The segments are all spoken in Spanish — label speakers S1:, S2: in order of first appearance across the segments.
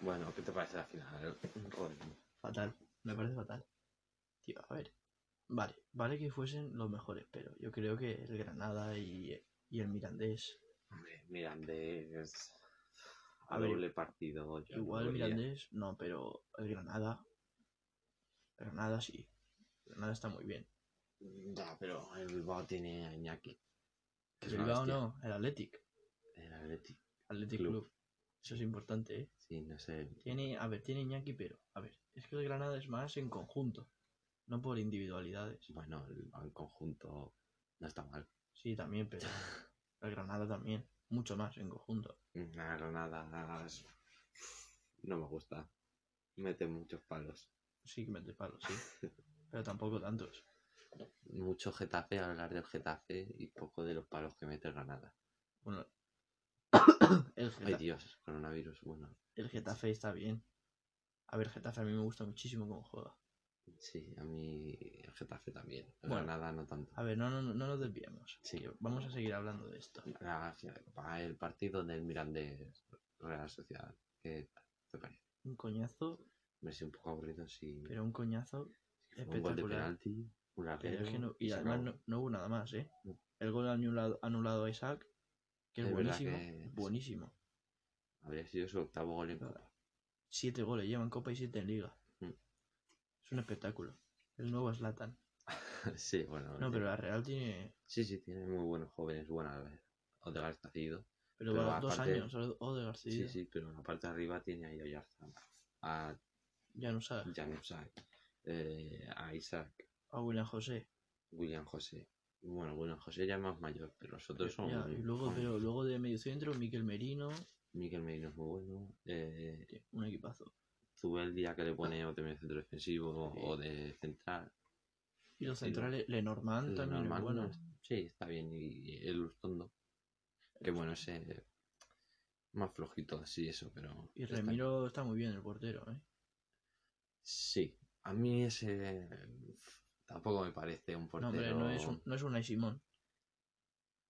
S1: Bueno, ¿qué te parece la final, Rodrigo?
S2: Fatal, me parece fatal. Tío, a ver. Vale, vale que fuesen los mejores, pero yo creo que el Granada y, y el Mirandés.
S1: Hombre, Mirandés. A,
S2: A ver,
S1: doble partido. yo
S2: igual el
S1: diría.
S2: Mirandés, no, pero el Granada. el Granada sí. el Granada está muy bien.
S1: Ya, pero el Bilbao tiene a Iñaki. que es
S2: El
S1: una
S2: Bilbao
S1: bestia.
S2: no, el Athletic.
S1: El Atleti.
S2: Athletic
S1: Club.
S2: Club. Eso es importante, ¿eh?
S1: Sí, no sé.
S2: Tiene, a ver, tiene Iñaki, pero, a ver, es que el Granada es más en conjunto, no por individualidades.
S1: Bueno, el, el conjunto no está mal.
S2: Sí, también, pero el Granada también, mucho más en conjunto.
S1: La Granada es- no me gusta. Mete muchos palos.
S2: Sí que mete palos, sí, pero tampoco tantos.
S1: Mucho Getafe, hablar del Getafe y poco de los palos que mete el Granada.
S2: Bueno, el, Geta-
S1: Ay Dios, coronavirus. Bueno,
S2: el Getafe está bien. A ver, Getafe a mí me gusta muchísimo cómo juega.
S1: sí, a mí el Getafe también. El
S2: Bueno.
S1: Granada no tanto.
S2: A ver, no, no, no no nos desviemos.
S1: Sí.
S2: que Vamos a seguir hablando de esto.
S1: Ah, sí, va, El partido del Mirandés Real Sociedad. ¿Qué tal te parece?
S2: Un coñazo,
S1: Me sido un poco aburrido si
S2: pero un coñazo
S1: un gol de
S2: espectacular.
S1: penalti, un
S2: Pero es
S1: larguero,
S2: que no-
S1: y
S2: y
S1: se
S2: además
S1: acabó.
S2: no, no hubo nada más, ¿eh?
S1: No.
S2: El gol anulado, anulado a Isaac, que es,
S1: Es verdad
S2: buenísimo.
S1: que-
S2: Buenísimo.
S1: Habría sido su octavo gol en
S2: Claro.
S1: Copa.
S2: Siete goles lleva en Copa y siete en Liga.
S1: Mm.
S2: Es un espectáculo. El nuevo Slatan.
S1: sí, bueno.
S2: No,
S1: sí.
S2: pero la Real tiene.
S1: Sí, sí, tiene muy buenos jóvenes, buena Odegaard está cedido.
S2: Pero,
S1: Pero
S2: va dos
S1: aparte-
S2: años, o de
S1: Sí,
S2: García.
S1: sí, pero en la parte de arriba tiene ahí a Oyarzabal, a
S2: Ya no sabe.
S1: Januzaj, eh, a Isaac,
S2: A Ah, William José.
S1: William José. Bueno, William José ya es más mayor, pero los otros son...
S2: Ya, y luego,
S1: son-
S2: pero luego de medio centro, Miquel Merino.
S1: Miquel Merino es muy bueno. Eh,
S2: tío, Un equipazo.
S1: día que le pone o de medio centro defensivo o de central.
S2: Y los
S1: Sí, este,
S2: centrales, Lenormand también
S1: Normal,
S2: es bueno.
S1: no, Sí, está bien. Y y el Ustondo, que bueno, es eh, más flojito así eso, pero...
S2: Y
S1: está-
S2: Remiro está muy bien el portero, ¿eh?
S1: Sí, a mí ese tampoco me parece un
S2: No,
S1: portero.
S2: hombre, no es un, no es Unai Simón.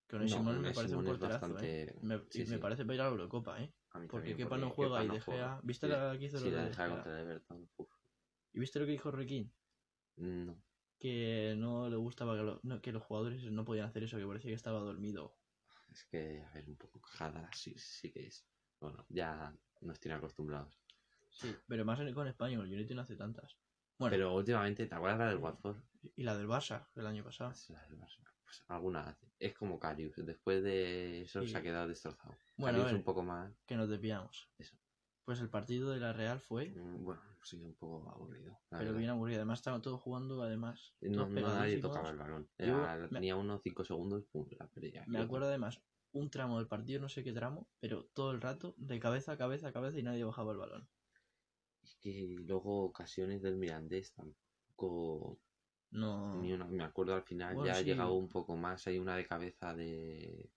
S2: Que Unai
S1: No,
S2: Simón me
S1: Unai
S2: parece un
S1: Simón es
S2: porterazo, ¿eh?
S1: bastante-
S2: Me,
S1: sí,
S2: y me
S1: sí,
S2: parece para ir a la Eurocopa, ¿eh?
S1: a mí
S2: Porque
S1: también,
S2: Kepa no
S1: porque
S2: juega y
S1: Kepa
S2: De
S1: no juega.
S2: Gea... ¿Viste
S1: Sí,
S2: la que hizo
S1: Sí,
S2: lo
S1: la
S2: de
S1: deja
S2: De Gea?
S1: contra el Everton. uf,
S2: ¿Y viste lo que dijo Requín?
S1: no.
S2: Que no le gustaba que, lo- no- que los jugadores no podían hacer eso, que parecía que estaba dormido.
S1: Es que, a ver, un poco cajada sí, sí que es. Bueno, ya nos tiene acostumbrados.
S2: Sí, pero más en- con español, el United no hace tantas. Bueno,
S1: Pero últimamente, ¿te acuerdas la del Watford?
S2: y la del Barça, el año pasado.
S1: Es la del Barça. Pues alguna hace. Es como Carius. Después de eso
S2: Sí.
S1: se ha quedado destrozado.
S2: Bueno, a
S1: Karius
S2: ver,
S1: un poco más.
S2: que nos desviamos.
S1: Eso.
S2: Pues el partido de la Real fue,
S1: mm, Bueno, sí, un poco aburrido. la
S2: pero
S1: verdad.
S2: bien aburrido. Además estaban todos jugando, además.
S1: No,
S2: todos
S1: no, nadie
S2: pegadísimos.
S1: tocaba el balón.
S2: Yo
S1: Era-
S2: me-
S1: Tenía unos 5 segundos, pum, la perdía.
S2: Me acuerdo además un tramo del partido, no sé qué tramo, pero todo el rato, de cabeza a cabeza a cabeza y nadie bajaba el balón.
S1: Es que luego ocasiones del Mirandés tampoco.
S2: No.
S1: Ni una... Me acuerdo al final,
S2: Bueno,
S1: ya ha
S2: sí.
S1: llegado un poco más. Hay una de cabeza de.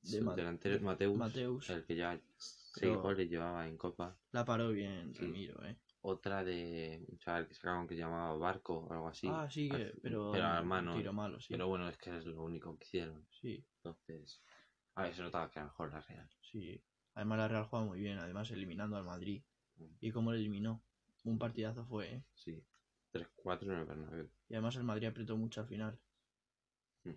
S2: De
S1: su
S2: Ma-
S1: delantero es
S2: de
S1: Mateus,
S2: Mateus.
S1: El que ya 6
S2: Pero-
S1: goles llevaba en Copa.
S2: La paró bien
S1: pues, Sí.
S2: Ramiro, ¿eh?
S1: Otra de un chaval que sacaron que se llamaba Barco o algo así.
S2: ah, sí, que,
S1: al-
S2: pero.
S1: pero al
S2: un
S1: mano.
S2: Tiro malo, sí.
S1: Pero bueno, es que es lo único que hicieron.
S2: Sí,
S1: Entonces. A ver, se notaba que era mejor la Real.
S2: sí. Además, la Real juega muy bien, además eliminando al Madrid.
S1: Mm.
S2: ¿Y cómo lo eliminó? Un partidazo fue, ¿eh?
S1: Sí. 3-4 en el Bernabéu.
S2: Y además el Madrid apretó mucho al final.
S1: Mm.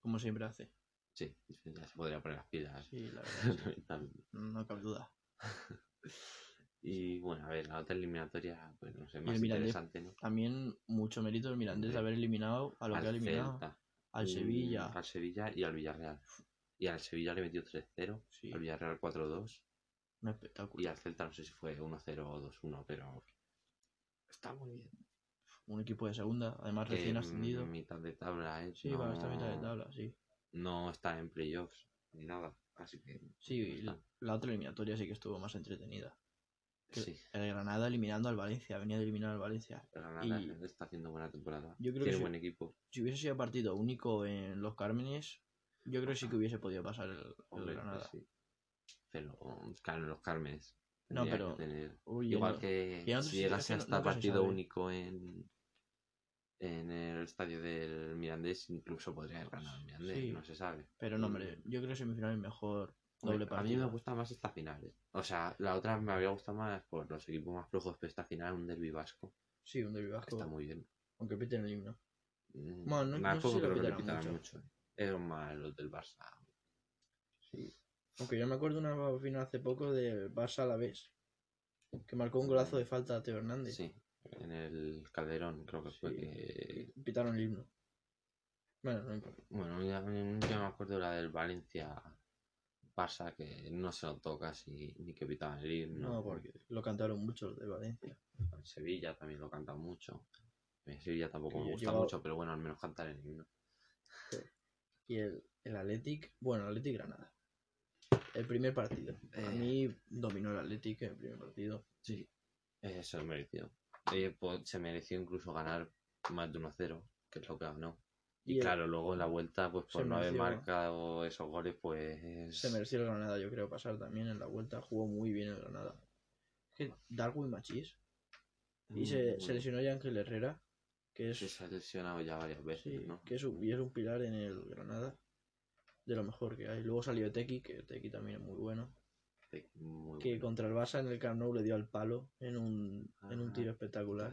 S2: Como siempre hace.
S1: Sí, ya se podría poner las pilas.
S2: Sí, la verdad. sí.
S1: También.
S2: no cabe duda.
S1: y bueno, a ver, la otra eliminatoria, pues no sé,
S2: el
S1: más
S2: Mirandés.
S1: interesante, ¿no?
S2: También mucho mérito del Mirandés de haber eliminado a lo que ha eliminado.
S1: Celta,
S2: Al
S1: mm,
S2: Sevilla.
S1: Al Sevilla y al Villarreal. Y al Sevilla le metió 3-0,
S2: Sí,
S1: al Villarreal 4-2,
S2: un
S1: y
S2: espectáculo.
S1: al Celta no sé si fue 1-0 o 2-1, pero está muy bien.
S2: Un equipo de segunda, además recién
S1: Que,
S2: ascendido.
S1: mm, Mitad de tabla, ¿eh?
S2: Sí,
S1: no,
S2: bueno, está a mitad de tabla, sí.
S1: No está en playoffs ni nada, así que
S2: Sí,
S1: no
S2: y
S1: está.
S2: la, la otra eliminatoria sí que estuvo más entretenida. que-
S1: sí,
S2: El Granada eliminando al Valencia, venía de eliminar al Valencia.
S1: el Granada
S2: y-
S1: está haciendo buena temporada.
S2: Yo creo que
S1: Tiene
S2: sí.
S1: buen equipo.
S2: Si hubiese sido partido único en los Cármenes, yo creo que sí que hubiese podido pasar el, el
S1: Hombre, pues
S2: Granada.
S1: sí. Pero, um, claro, los Carmes.
S2: No,
S1: tendría
S2: pero-
S1: que tener-
S2: Uy,
S1: Igual
S2: no.
S1: que
S2: y en otras
S1: si llegase
S2: situaciones
S1: hasta
S2: nunca se
S1: partido
S2: sabe.
S1: único en, en el estadio del Mirandés, incluso podría haber ganado el Mirandés,
S2: Sí.
S1: no se sabe.
S2: Pero no, hombre,
S1: Mm.
S2: yo creo que semifinal es mejor
S1: Hombre,
S2: Doble
S1: a mí me
S2: partido.
S1: gusta más esta final. ¿eh? O sea, la otra me habría gustado más por los equipos más flojos, pero esta final, un derbi vasco,
S2: Sí, un derbi vasco.
S1: está muy bien.
S2: Aunque piten el himno.
S1: Mm,
S2: Bueno, no- no
S1: más
S2: sé
S1: poco
S2: si lo
S1: creo que le
S2: pitarán
S1: pitarán
S2: mucho.
S1: mucho. Es más los del Barça.
S2: Sí. Aunque yo me acuerdo una final hace poco del Barça a la vez. Que marcó un golazo de falta a Teo Hernández.
S1: Sí, en el Calderón creo que fue
S2: Sí.
S1: que
S2: Y Pitaron el himno. Bueno, no importa.
S1: Bueno, ya, yo me acuerdo la del Valencia Barça que no se lo toca si- ni que pitaban el himno.
S2: No, porque lo cantaron muchos de Valencia.
S1: En Sevilla también lo cantan mucho. En Sevilla tampoco
S2: Que
S1: me
S2: yo-
S1: gusta
S2: yo-
S1: mucho, pero bueno, al menos cantan el himno.
S2: Y el, el Athletic, bueno, el Athletic Granada. El primer partido. A
S1: Eh.
S2: mí dominó el Athletic en el primer partido.
S1: Sí. Eh, se lo mereció. Eh, po- se mereció incluso ganar más de 1-0, que es lo que ganó. Y,
S2: Y el-
S1: claro, luego en la vuelta, pues
S2: se
S1: por no haber
S2: mereció-
S1: marcado esos goles, pues...
S2: Se mereció el Granada, yo creo, pasar también en la vuelta. Jugó muy bien el Granada. Es que Darwin Machís.
S1: Mm,
S2: Y se, se lesionó ya Ángel Herrera, que es,
S1: Sí, se ha lesionado ya varias veces,
S2: sí,
S1: ¿no?
S2: que es, un, y es un pilar en el Granada. De lo mejor que hay. Luego salió Tequi, que Tequi también es muy bueno.
S1: Sí, muy
S2: Que
S1: bueno.
S2: contra el Barça en el Camp Nou le dio al palo en un, en un
S1: Ajá.
S2: tiro espectacular.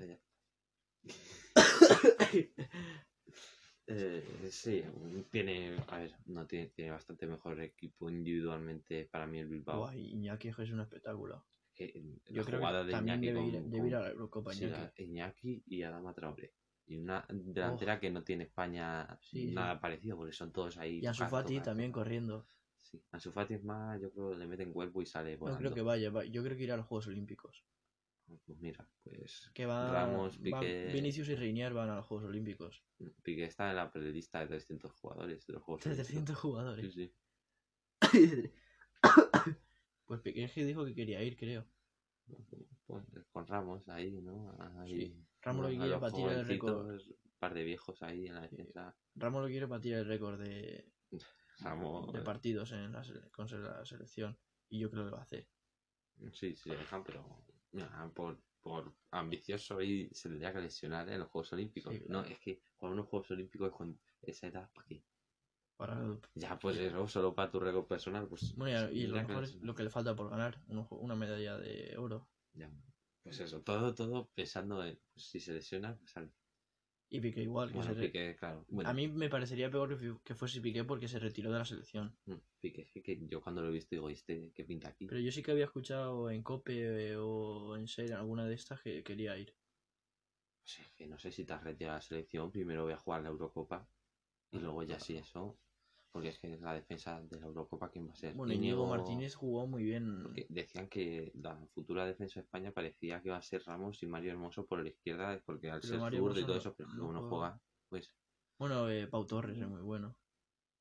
S1: Eh, sí, tiene, a ver, no tiene, tiene bastante mejor equipo individualmente para mí el Bilbao.
S2: Buah, Iñaki es un espectáculo.
S1: Eh, la
S2: Yo creo
S1: jugada
S2: que
S1: de
S2: también
S1: Iñaki
S2: debe ir,
S1: con-
S2: debe ir
S1: con-
S2: a la Eurocopa
S1: sí,
S2: Iñaki.
S1: la- Iñaki y Adama Traoré. Y una delantera que no tiene España
S2: Sí, sí.
S1: nada parecido, porque son todos ahí.
S2: Y Ansu
S1: tocar,
S2: Fati
S1: tocar,
S2: también
S1: tocar.
S2: corriendo.
S1: Sí, Ansu Fati es más, yo creo, le meten cuerpo y sale
S2: No
S1: volando.
S2: creo que vaya, va- yo creo que irá a los Juegos Olímpicos.
S1: Pues mira, pues
S2: Que va,
S1: Ramos,
S2: va-
S1: Piqué.
S2: Vinicius y Reinier van a los Juegos Olímpicos.
S1: Piqué está en la prelista de 300 jugadores de los Juegos Olímpicos.
S2: 300 jugadores.
S1: Sí, sí.
S2: pues Piqué es que dijo que quería ir, creo.
S1: Pues, con Ramos ahí, ¿no? Ahí,
S2: Ramos lo que
S1: a
S2: quiere
S1: los
S2: batir el récord.
S1: jovencitos, Un par de viejos ahí en la defensa.
S2: Ramos lo que quiere batir el récord de,
S1: Ramos. eh.
S2: de partidos en la, sele- con se- la selección. Y yo creo que lo va a hacer.
S1: Sí, sí, dejan, pero mira, por, por ambicioso y se tendría que lesionar en los Juegos Olímpicos.
S2: Sí,
S1: No,
S2: claro.
S1: es que jugar unos Juegos Olímpicos con esa edad, ¿para qué?
S2: Para
S1: Ya, pues
S2: Sí.
S1: eso, solo para tu récord personal. Pues,
S2: Bueno,
S1: se
S2: y, y lo
S1: tendría
S2: mejor es
S1: lesionar.
S2: lo que le falta por ganar, un ju- una medalla de oro.
S1: Ya, Pues eso, todo, todo pensando en pues, si se lesiona, pues sale.
S2: Y Piqué igual. que
S1: Bueno,
S2: se re-
S1: Piqué, claro. Bueno,
S2: A mí me parecería peor que, fu- que fuese Piqué porque se retiró de la selección.
S1: mm, Piqué, Piqué, yo cuando lo he visto digo, ¿este qué pinta aquí?
S2: Pero yo sí que había escuchado en COPE eh, o en SER, alguna de estas, que quería ir.
S1: Pues es que no sé si te has retirado de la selección, primero voy a jugar la Eurocopa y luego ya sí eso, porque es que la defensa de la Eurocopa, ¿quién va a ser?
S2: Bueno, Íñigo
S1: Íñigo-
S2: Martínez jugó muy bien.
S1: porque decían que la futura defensa de España parecía que iba a ser Ramos y Mario Hermoso por la izquierda, porque al
S2: Pero
S1: ser
S2: Mario
S1: zurdo y
S2: Hermoso
S1: todo
S2: no-
S1: eso, pero
S2: no
S1: como no
S2: juega.
S1: juega, pues
S2: Bueno, eh, Pau Torres es muy bueno.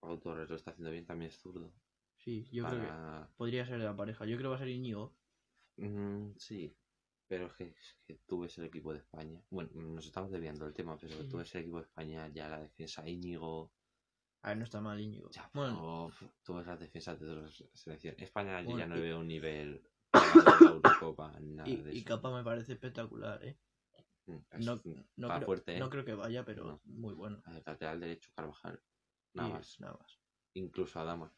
S1: Pau Torres lo está haciendo bien, también es zurdo.
S2: Sí, yo creo que
S1: Para-
S2: podría ser de la pareja. Yo creo que va a ser Íñigo.
S1: Mm, sí, pero es que, es que tú ves el equipo de España. Bueno, nos estamos desviando del tema, pero
S2: Sí.
S1: tú ves el equipo de España, ya la defensa Íñigo,
S2: A ver, no está mal Íñigo.
S1: ya,
S2: Bueno,
S1: pero, pf, tú ves las defensas de otras selecciones. España yo
S2: Bueno,
S1: ya no
S2: y-
S1: veo un nivel para la Eurocopa, nada de
S2: y, y
S1: eso.
S2: Capa me parece espectacular, ¿eh?
S1: Mm,
S2: No,
S1: es un
S2: no,
S1: pa'
S2: creo,
S1: fuerte, ¿eh?
S2: no creo que vaya, pero
S1: No.
S2: muy bueno.
S1: A ver, lateral derecho, Carvajal. Nada
S2: Y-
S1: más.
S2: Nada más.
S1: Incluso Adama.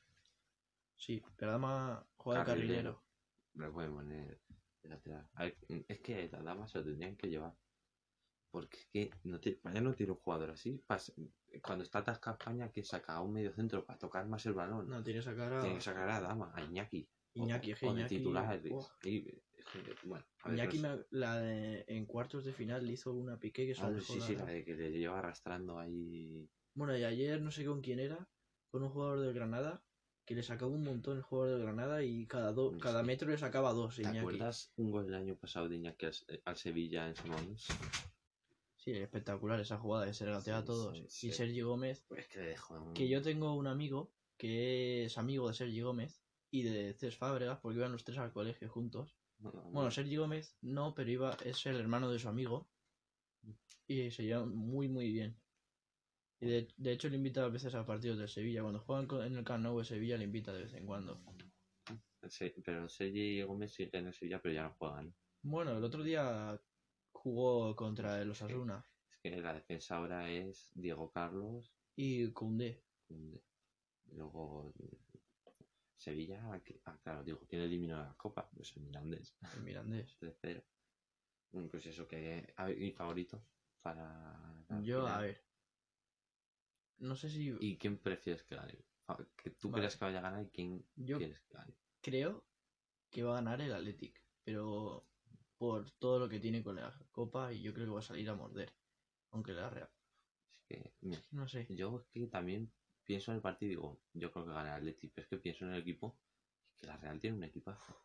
S2: Sí, pero Adama juega de
S1: Carrilero.
S2: carrilero.
S1: Lo pueden poner de lateral. A ver, mm, es que a Adama se lo tendrían que llevar. Porque es que no tiene, España no tiene un jugador así. Pas- cuando está atascada España, que saca a un medio centro para tocar más el balón.
S2: No, tiene esa cara.
S1: Tiene que sacar a Adama, a Iñaki. O-
S2: Iñaki, es que
S1: o de
S2: Iñaki-
S1: titulares.
S2: Buah.
S1: Y, es que, bueno, a ver,
S2: Iñaki
S1: no sé.
S2: me- la de- en cuartos de final le hizo una piqué que es
S1: Ah, sí, sí, la de que le lleva arrastrando ahí.
S2: Bueno, y ayer no sé con quién era, con un jugador del Granada, que le sacaba un montón el jugador del Granada y cada, do-
S1: Sí.
S2: cada metro le sacaba dos,
S1: ¿Te
S2: Iñaki.
S1: acuerdas un gol del año pasado de Iñaki al, al Sevilla en Samoins?
S2: Sí, espectacular esa jugada que se regatea a
S1: Sí,
S2: todos.
S1: sí,
S2: Y
S1: sí.
S2: Sergi Gómez,
S1: Pues que le dejó un-
S2: que yo tengo un amigo que es amigo de Sergi Gómez y de Cés Fábregas, porque iban los tres al colegio juntos.
S1: No, no,
S2: Bueno, Sergi Gómez no, pero iba es el hermano de su amigo. Y se llevan muy, muy bien. Y de, de hecho le invita a veces a partidos de Sevilla. Cuando juegan co- en el Camp Nou de Sevilla le invita de vez en cuando.
S1: Se- pero Sergi Gómez sigue en el Sevilla, pero ya no juegan.
S2: Bueno, el otro día jugó contra el Osasuna
S1: Es que la defensa ahora es Diego Carlos.
S2: y Koundé.
S1: Kunde. Luego Sevilla, que- ah, claro, digo, ¿quién eliminó la copa? Pues el Mirandés,
S2: El Mirandés.
S1: 3-0. Mm, Pues eso, que. A ver, ¿y favorito? Para. la
S2: Yo, a
S1: final?
S2: ver. No sé si.
S1: ¿Y quién prefieres que gane? Fa- Que tú
S2: Vale.
S1: creas que vaya a ganar y quién
S2: Yo
S1: quieres que gane.
S2: creo que va a ganar el Athletic, pero por todo lo que tiene con la copa y yo creo que va a salir a morder, aunque la Real.
S1: Es que, mira,
S2: No sé.
S1: yo es que también pienso en el partido y digo, yo creo que gana el Atleti, pero es que pienso en el equipo, es que la Real tiene un equipazo.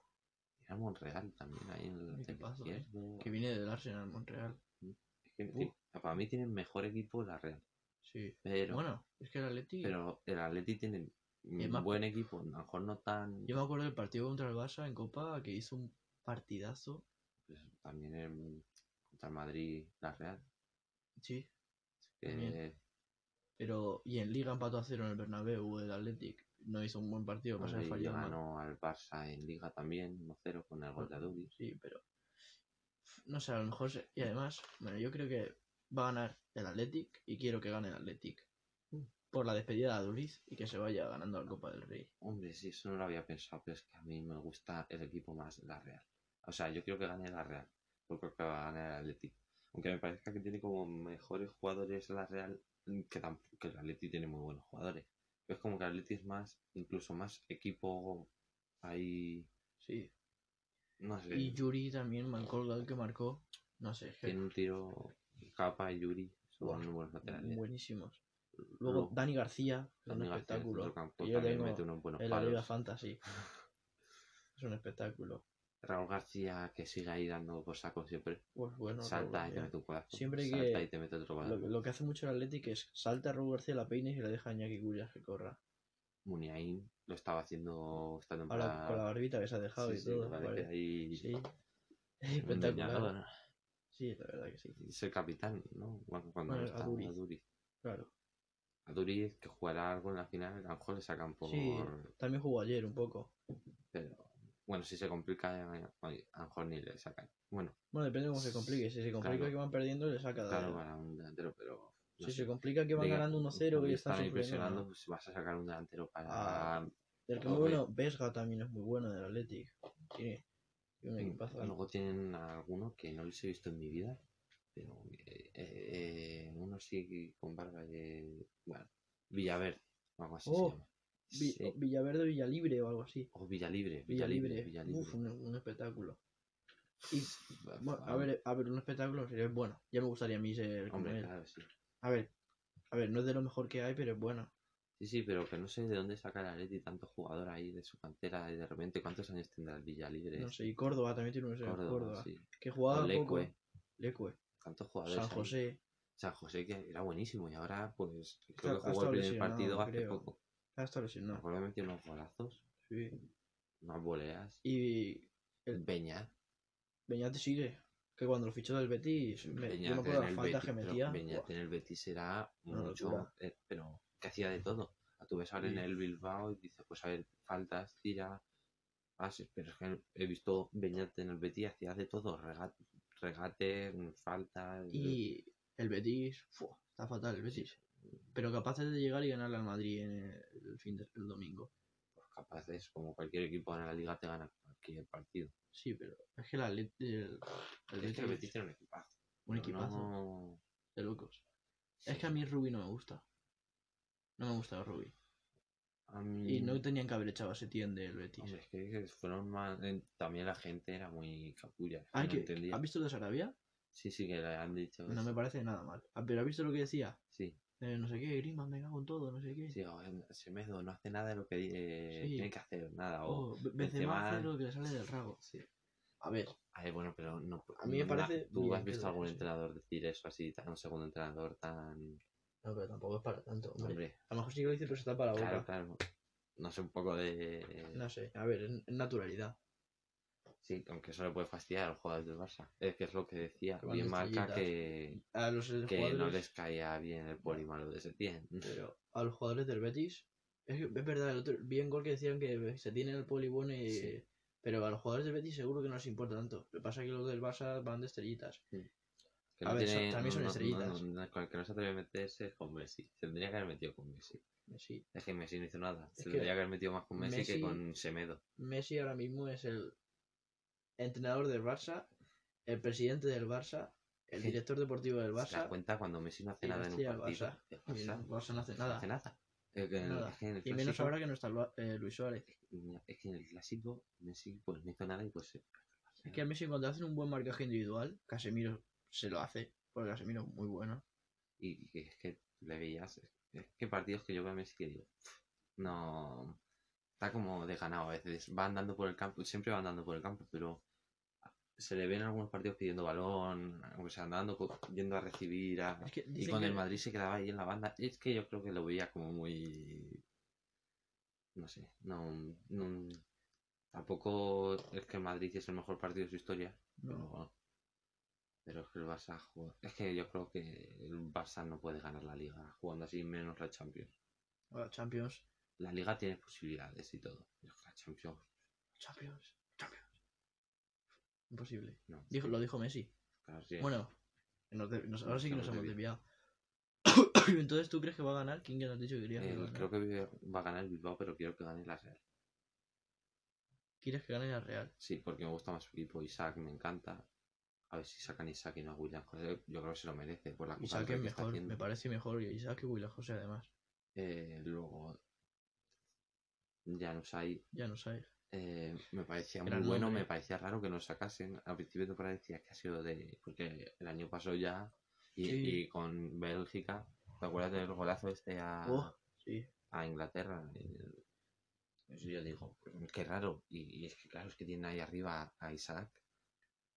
S1: Era Monreal también ahí en el lateral
S2: Equipazo, ¿eh?
S1: izquierdo.
S2: Que viene del Arsenal Montreal.
S1: Es que, ti- para mí tienen mejor equipo la Real,
S2: Sí.
S1: pero,
S2: Uh. bueno, es que el Athletic.
S1: pero el Atleti tiene
S2: Es
S1: un
S2: más-
S1: buen equipo, a lo mejor no tan...
S2: Yo me acuerdo del partido contra el Barça en Copa que hizo un partidazo.
S1: pues, también en, contra el Madrid, la Real.
S2: Sí.
S1: que-
S2: También. Pero. Y en Liga empató a cero en el Bernabéu el Athletic. No hizo un buen partido, pasa que
S1: Madrid
S2: falló. mal.
S1: ganó al Barça en Liga también, 1-0 con el
S2: Pues
S1: gol de Adubi.
S2: Sí, pero. No sé, a lo mejor. se- Y además, bueno, yo creo que va a ganar el Athletic y quiero que gane el Athletic.
S1: Mm.
S2: Por la despedida de Aduriz y que se vaya ganando la Copa del Rey.
S1: Hombre, sí, eso no lo había pensado, pero es que a mí me gusta el equipo más, la Real. O sea, yo quiero que gane la Real, yo creo que va a ganar el Atleti. Aunque me parezca que tiene como mejores jugadores la Real, mm, que, tam- que el Atleti tiene muy buenos jugadores. Pero es como que el Atleti es más, incluso más equipo ahí,
S2: Sí.
S1: no sé,
S2: Y Yuri también marcó el gol que marcó. No sé, es que
S1: tiene un tiro, Capa y Yuri, son
S2: Buah,
S1: muy buenos laterales.
S2: buenísimos. Luego Dani García, es un
S1: eh. Dani García,
S2: espectáculo.
S1: centrocampo,
S2: que yo
S1: también
S2: tengo
S1: mete unos buenos
S2: en la Liga
S1: palos.
S2: Fantasy. Es un espectáculo.
S1: Raúl García que sigue ahí dando por saco siempre.
S2: Pues bueno,
S1: salta y
S2: Raúl
S1: te
S2: García.
S1: mete un cuadrazo.
S2: Siempre
S1: salta
S2: que-
S1: y te mete otro
S2: lo,
S1: cuadrazo.
S2: lo que hace mucho el Athletic es salta a Raúl García la peina y le deja a Iñaki Curias que corra.
S1: Muniain lo estaba haciendo esta
S2: Ahora
S1: temporada.
S2: con la barbita que se ha
S1: Sí,
S2: dejado y
S1: sí,
S2: todo.
S1: me parece
S2: parece.
S1: ahí
S2: Sí.
S1: un
S2: Es espectacular.
S1: leñador.
S2: Sí, la verdad que sí.
S1: Es el capitán, ¿no? Cuando, cuando
S2: Bueno,
S1: está
S2: Aduriz.
S1: Aduriz. Aduriz.
S2: Claro.
S1: que jugará algo en la final, a lo mejor le sacan por...
S2: Sí. También jugó ayer un poco.
S1: Pero, bueno, si se complica, eh, oye, a lo mejor ni le sacan. Bueno,
S2: Bueno, depende de cómo se complique. Si se complica
S1: Claro.
S2: que van perdiendo, le saca. de-
S1: claro, para un delantero, pero... no
S2: si
S1: sé.
S2: se complica que van
S1: De-
S2: ganando 1-0 y están
S1: ahí
S2: sufriendo.
S1: presionando,
S2: ¿no?
S1: pues vas a sacar un delantero para...
S2: Ah, Del que
S1: Ok.
S2: muy bueno, Vesga también es muy bueno del Athletic. Tiene, tiene un
S1: Mm,
S2: equipazo.
S1: Luego tienen a alguno que no les he visto en mi vida, pero eh, eh, eh, uno sí que con barba de. Bueno, Villaverde, o algo así
S2: Oh,
S1: se llama.
S2: Vi- oh,
S1: Sí,
S2: Villaverde, Villalibre o algo así.
S1: O Villalibre.
S2: Villalibre.
S1: Villalibre.
S2: Uf, un, un espectáculo. Y,
S1: Va-
S2: bueno, a
S1: va-
S2: ver, a ver, un espectáculo sería bueno. Ya me gustaría a mí ser como
S1: ah, Hombre,
S2: él.
S1: claro, sí.
S2: A ver, a ver, no es de lo mejor que hay, pero es bueno.
S1: Sí, sí, pero que no sé de dónde saca el Atleti tanto jugador ahí de su cantera y de repente cuántos años tendrá el Villalibre.
S2: No
S1: este?
S2: sé, y Córdoba también tiene un Córdoba.
S1: Córdoba,
S2: Córdoba
S1: sí.
S2: Que jugaba
S1: O
S2: poco.
S1: Lecue.
S2: Lecue.
S1: Tantos jugadores.
S2: San
S1: ahí.
S2: José.
S1: San José que era buenísimo y ahora pues
S2: Está-
S1: creo
S2: ha
S1: que jugó
S2: estado
S1: el primer
S2: lesionado,
S1: partido hace
S2: creo.
S1: poco.
S2: Hasta
S1: Me
S2: Ah, lesionado.
S1: acuerdo que metió unos golazos,
S2: Sí.
S1: unas voleas.
S2: Y El-
S1: Beñat.
S2: Beñat sigue. Que cuando lo fichó del Betis, me- yo me
S1: Beñat
S2: acuerdo
S1: en
S2: de las
S1: el
S2: faltas
S1: Betis,
S2: que
S1: pero
S2: metía.
S1: Beñat
S2: Buah.
S1: en el Betis era
S2: Una
S1: mucho,
S2: locura.
S1: eh, pero que hacía de todo. A tu ves ahora en
S2: Sí.
S1: el Bilbao y dices, pues a ver, faltas, tira, pases, pero es que he visto Beñat en el Betis, hacía de todo, regate, regate mm, eh, faltas.
S2: Y el Betis, ¡fua! está fatal el Betis. Pero capaces de llegar y ganarle al Madrid en el, el fin del domingo.
S1: pues, capaces, como cualquier equipo en la liga te gana cualquier partido.
S2: Sí, pero es que el Atlet- el,
S1: Es
S2: el
S1: que el Betis
S2: Betis,
S1: tiene un equipazo.
S2: un
S1: pero
S2: equipazo
S1: no-
S2: de locos. Es que a mí Rubi no me gusta. No me gusta Rubi.
S1: a mí-
S2: Y no tenían que haber echado a Setién del Betis.
S1: Hombre, es que fueron más... eh, También la gente era muy capulla. es que
S2: Ah,
S1: no
S2: que-
S1: entendía.
S2: ¿Has visto lo de Sarabia?
S1: Sí, sí, que le han dicho.
S2: No
S1: eso.
S2: me parece nada mal. Ah, Pero ¿has visto lo que decía?
S1: Sí,
S2: Eh, no sé qué, Grima, me cago en todo, no sé qué.
S1: sí, o, eh, Semedo no hace nada de lo que di- eh,
S2: Sí.
S1: tiene que hacer, nada. O,
S2: Oh, Be- Benzema
S1: Benzema-
S2: hace lo que le sale del rago.
S1: sí.
S2: A ver,
S1: A ver, bueno, pero no.
S2: A mí me
S1: no-
S2: parece
S1: ¿Tú
S2: bien
S1: has
S2: que
S1: visto
S2: lo
S1: algún
S2: hagan, sí.
S1: entrenador decir eso así, tan, un segundo entrenador tan.
S2: no, pero tampoco es para tanto, hombre.
S1: Hombre,
S2: A lo mejor sí que lo dice, pero se tapa la boca.
S1: claro, claro. No sé, un poco de.
S2: No sé, a ver, es- es naturalidad.
S1: Sí, aunque eso le puede fastidiar a los jugadores del Barça. Es que es lo que decía.
S2: Que van
S1: bien
S2: de
S1: marca
S2: estrellitas.
S1: que,
S2: A los eh,
S1: que
S2: jugadores,
S1: no les caía bien el polimalo de Setién.
S2: pero a los jugadores del Betis, es, que- es verdad, el otro, vi un gol que decían que se tiene el poli bueno y-
S1: Sí.
S2: Pero a los jugadores del Betis seguro que no les importa tanto. Lo que pasa es que los del Barça van de estrellitas.
S1: Sí. Que
S2: A
S1: no
S2: ver, son-
S1: tiene-
S2: también son
S1: no- no-
S2: estrellitas.
S1: no- no- con el que no se atreve a meterse es con Messi. Tendría que haber metido con Messi.
S2: Messi.
S1: Es que Messi no hizo nada.
S2: Es
S1: Tendría
S2: que
S1: que haber metido más con Messi,
S2: Messi-
S1: que con Semedo.
S2: Messi ahora mismo es el entrenador del Barça, el presidente del Barça, el
S1: Sí.
S2: director deportivo del
S1: ¿Te das
S2: Barça.
S1: cuenta cuando Messi no hace
S2: y
S1: nada en un
S2: hostia, el
S1: partido?
S2: Barça.
S1: El
S2: Y el
S1: Barça
S2: Barça no hace
S1: no
S2: nada.
S1: hace nada. Eh, que en el-
S2: Nada.
S1: es que en el
S2: Y menos
S1: clásico-
S2: ahora que no está Lu- eh, Luis Suárez.
S1: Es que en el clásico Messi pues no hizo nada y pues... se-
S2: Es que a Messi cuando hacen un buen marcaje individual, Casemiro se lo hace, porque Casemiro es muy bueno.
S1: Y, y que es que le veías. Es que partidos que yo veo a Messi que digo, no. Está como desganado a veces. Va andando por el campo, siempre va andando por el campo, pero se le ven algunos partidos pidiendo balón, o sea, andando, co- yendo a recibir. a-
S2: Es que
S1: Y
S2: dicen
S1: con
S2: que-
S1: el Madrid se quedaba ahí en la banda. Es que yo creo que lo veía como muy. No sé, no. no- Tampoco es que el Madrid es el mejor partido de su historia,
S2: no.
S1: pero, pero es que el Barça juega- Es que yo creo que el Barça no puede ganar la liga jugando así menos la Champions.
S2: Ahora, Champions,
S1: La liga tiene posibilidades y todo. Pero es que la Champions
S2: Champions, Champions. Imposible.
S1: no.
S2: Dijo, lo dijo Messi.
S1: Claro, sí.
S2: Bueno, nos de- nos- ahora sí que
S1: Nos
S2: nos hemos
S1: hemos
S2: desviado. Entonces, ¿tú crees que va a ganar? ¿Quién que nos has dicho que querías
S1: Eh,
S2: que ganara?
S1: creo que va a ganar el Bilbao, pero quiero que gane la Real.
S2: ¿Quieres que gane la Real?
S1: Sí, porque me gusta más su equipo. Isaac me encanta. A ver si sacan Isaac y no a William José. Yo creo que se lo merece por la Copa del
S2: Isaac
S1: Rey
S2: es
S1: que está
S2: mejor,
S1: haciendo.
S2: me parece mejor. Y Isaac y Willa José, además.
S1: Eh, luego, Januzaj
S2: Ya no sabes.
S1: Eh, me parecía
S2: Gran
S1: muy bueno,
S2: nombre.
S1: me parecía raro que lo sacasen. Al principio de temporada decías que ha sido de. Porque el año pasó ya. Y,
S2: Sí.
S1: y con Bélgica, ¿te acuerdas del golazo este a,
S2: Oh, sí.
S1: a Inglaterra? Eh, Eso yo digo, qué raro. Y, y es que, claro, es que tienen ahí arriba a Isaac,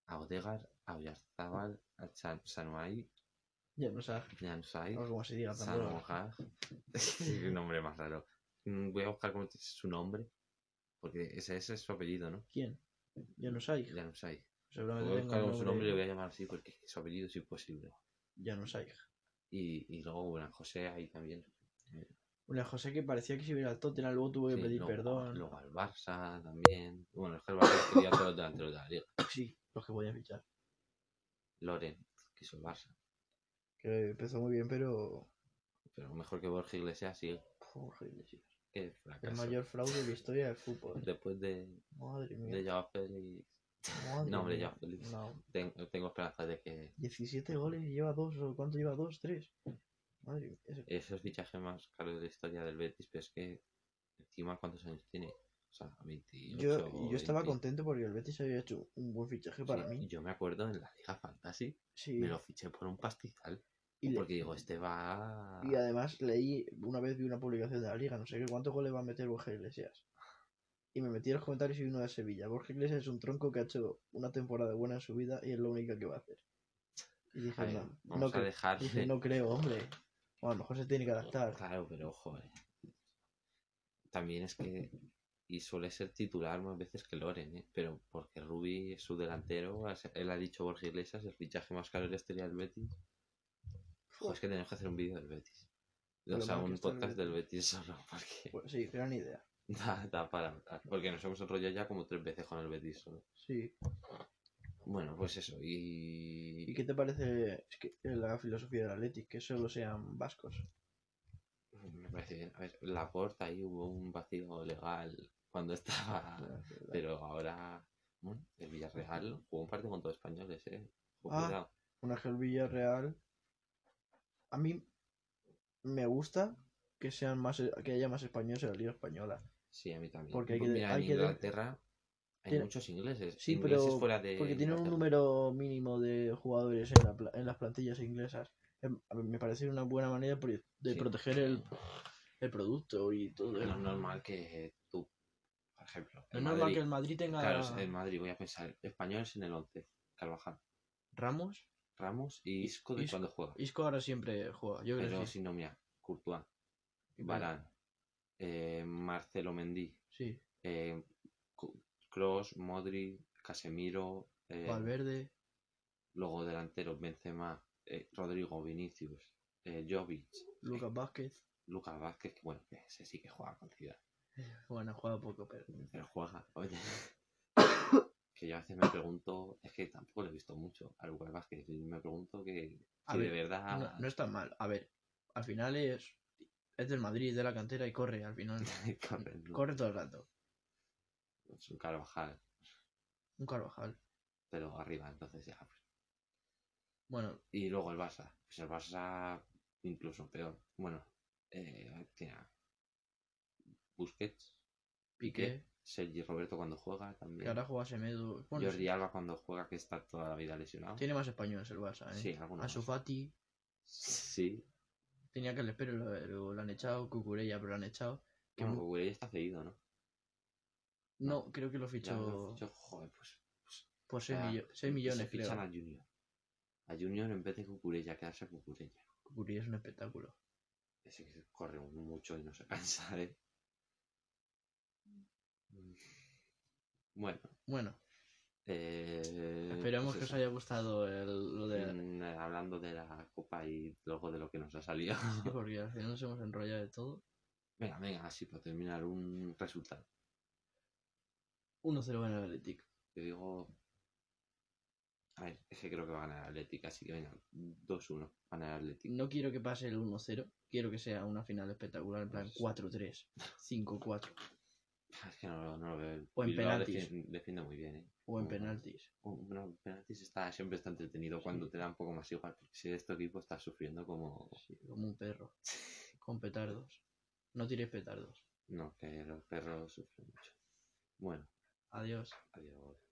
S1: a Odegar, a Oyarzabal, a Chan- Sanuay,
S2: Ya no sabes.
S1: Januzaj,
S2: No sé cómo se diga tampoco.
S1: Samoja. Qué nombre más raro. Mm, Voy a buscar cómo es su nombre. Porque ese, ese es su apellido, ¿no?
S2: ¿Quién? Ya no sabes.
S1: Ya no sé.
S2: Seguramente
S1: Voy a
S2: tenga
S1: buscar
S2: un
S1: con su nombre y le voy
S2: nombre.
S1: a llamar así porque es que su apellido es imposible.
S2: Ya no sabes.
S1: Y, y luego, bueno, José ahí también.
S2: Una José que parecía que si hubiera al Tottenham luego tuvo que
S1: Sí,
S2: pedir
S1: luego-
S2: perdón.
S1: Luego al Barça también. Bueno, es que el Barça quería todos los delanteros de la liga.
S2: Sí, los que podía fichar.
S1: Loren, que hizo el Barça.
S2: Que empezó muy bien, pero.
S1: Pero mejor que Borja Iglesias sí
S2: Puf, horrible, tío.
S1: que
S2: El
S1: fracaso.
S2: mayor fraude de la historia del fútbol.
S1: Después de,
S2: Madre
S1: de
S2: mía.
S1: Joao Félix,
S2: madre
S1: No, hombre,
S2: mía.
S1: ya, Félix.
S2: No.
S1: ten- tengo esperanza de que
S2: 17 goles y lleva dos, o cuánto lleva dos, tres. Madre mía. Ese-
S1: esos fichajes más caros de la historia del Betis, pero es que encima cuántos años tiene. O sea, 28.
S2: Yo, yo estaba
S1: 20.
S2: contento porque el Betis había hecho un buen fichaje para
S1: Sí,
S2: mí.
S1: Yo me acuerdo en la Liga Fantasy
S2: Sí.
S1: me lo fiché por un pastizal.
S2: Y, le-
S1: porque digo, este va.
S2: y además leí, una vez vi una publicación de la liga, no sé qué, cuántos goles va a meter Borja Iglesias. Y me metí en los comentarios y uno de Sevilla. Borja Iglesias es un tronco que ha hecho una temporada buena en su vida y es lo única que va a hacer. Y dije,
S1: A ver,
S2: no,
S1: vamos
S2: no
S1: a
S2: creo.
S1: dejar.
S2: Dije, no creo, hombre. Bueno, a lo mejor se tiene que adaptar.
S1: Claro, pero ojo, eh. También es que. Y suele ser titular más veces que Loren, eh. Pero porque Rubi es su delantero. Él ha dicho Borja Iglesias, el fichaje más caro de la historia del Betis. Ojo, es que tenemos que hacer un vídeo del Betis.
S2: Pero
S1: o sea,
S2: mal que
S1: un
S2: está el
S1: podcast del Betis solo. Porque
S2: Pues sí, gran idea.
S1: da, da para hablar. Porque nos hemos enrollado ya como tres veces con el Betis solo.
S2: Sí.
S1: Bueno, pues eso. Y.
S2: ¿Y qué te parece es que, la filosofía del Athletic? Que solo sean vascos.
S1: Me parece bien. A ver, la porta ahí hubo un vacío legal cuando estaba. Pero ahora. bueno, El Villarreal jugó un partido con todos españoles, ¿eh? Ojo,
S2: Ah.
S1: cuidado.
S2: un Ángel Villarreal. A mí me gusta que sean más que haya más españoles en la liga española.
S1: Sí, a mí también.
S2: Porque hay
S1: Pues
S2: que-
S1: mira,
S2: hay
S1: en
S2: que-
S1: Inglaterra hay
S2: Tiene-
S1: muchos ingleses.
S2: Sí,
S1: ingleses
S2: pero-
S1: fuera de
S2: Porque tienen un
S1: Inglaterra.
S2: número mínimo de jugadores en, la pla- en las plantillas inglesas. Em, a mí Me parece una buena manera de, proye- de
S1: Sí.
S2: proteger el, el producto y todo.
S1: No es normal que tú, por ejemplo.
S2: No
S1: el
S2: es normal
S1: Madrid-
S2: que el Madrid tenga
S1: Claro, es el Madrid, voy a pensar. Españoles en el 11. Carvajal,
S2: Ramos.
S1: Ramos y Isco de
S2: Isco.
S1: cuando juega.
S2: Isco ahora siempre juega. Yo creo
S1: Pero
S2: que
S1: si no, mira, Courtois,
S2: sí.
S1: Barán, Eh, Marcelo Mendy.
S2: Sí.
S1: eh, Cu- Kroos, Modri, Casemiro, eh,
S2: Valverde.
S1: luego delanteros Benzema, eh, Rodrigo, Vinicius, eh, Jovic,
S2: Lucas Vázquez.
S1: Lucas Vázquez, que bueno, que ese sí que juega con Ciudad,
S2: Bueno, ha jugado poco, pero.
S1: pero juega, oye. que yo a veces me pregunto, es que tampoco lo he visto mucho al Lucas Vázquez, y me pregunto que
S2: A
S1: si
S2: ver,
S1: de verdad...
S2: No, no es tan mal. A ver, al final es, es del Madrid, de la cantera y corre al final.
S1: Corre, ¿no?
S2: Corre todo el rato.
S1: es un Carvajal,
S2: Un Carvajal.
S1: pero arriba, entonces ya. pues.
S2: Bueno,
S1: Y luego el Barça, pues el Barça incluso peor. Bueno, eh, tiene a Busquets,
S2: Piqué,
S1: Sergi Roberto cuando juega también.
S2: que ahora juega Semedo. Bueno,
S1: Jordi Alba cuando juega, que está toda la vida lesionado.
S2: tiene más españoles el Barça, ¿eh?
S1: Sí, algunos.
S2: Ansu Fati,
S1: Sí,
S2: tenía que el espero, lo, lo- lo han echado. Cucurella, pero lo han echado. Que
S1: bueno,
S2: mu-
S1: Cucurella está cedido, ¿no?
S2: no, creo que lo
S1: Ya lo
S2: fichó
S1: fichó, joder, pues.
S2: por 6,
S1: Ya.
S2: millones,
S1: se fichan
S2: creo.
S1: a Junior. A Junior en vez de Cucurella, quedarse a Cucurella.
S2: Cucurella es un espectáculo.
S1: Ese que corre mucho y no se cansa, ¿eh? Bueno,
S2: Bueno,
S1: eh,
S2: esperemos
S1: pues
S2: que os
S1: eso.
S2: haya gustado el- lo de...
S1: Mm, eh, Hablando de la copa y luego de lo que nos ha salido.
S2: Sí, porque al final nos hemos enrollado de todo.
S1: venga, venga, así para terminar un resultado.
S2: 1-0 gana el Athletic.
S1: Yo digo. A ver, es que creo que va a ganar el Athletic, así que venga, 2-1, gana el Athletic.
S2: No quiero que pase el 1-0. Quiero que sea una final espectacular, en plan
S1: Pues-
S2: 4-3, 5-4,
S1: Ah, Es que no, lo- no lo veo. El
S2: O en
S1: Bilbao defien-
S2: penaltis.
S1: Defiende, muy bien, ¿eh?
S2: o en
S1: Mm.
S2: penaltis.
S1: Un- no, en penaltis está, siempre está entretenido cuando te da un poco más igual, porque si este equipo está sufriendo como.
S2: Sí, como un perro. Con petardos. No tiréis petardos.
S1: No, que los perros sufren mucho. Bueno,
S2: Adiós.
S1: adiós.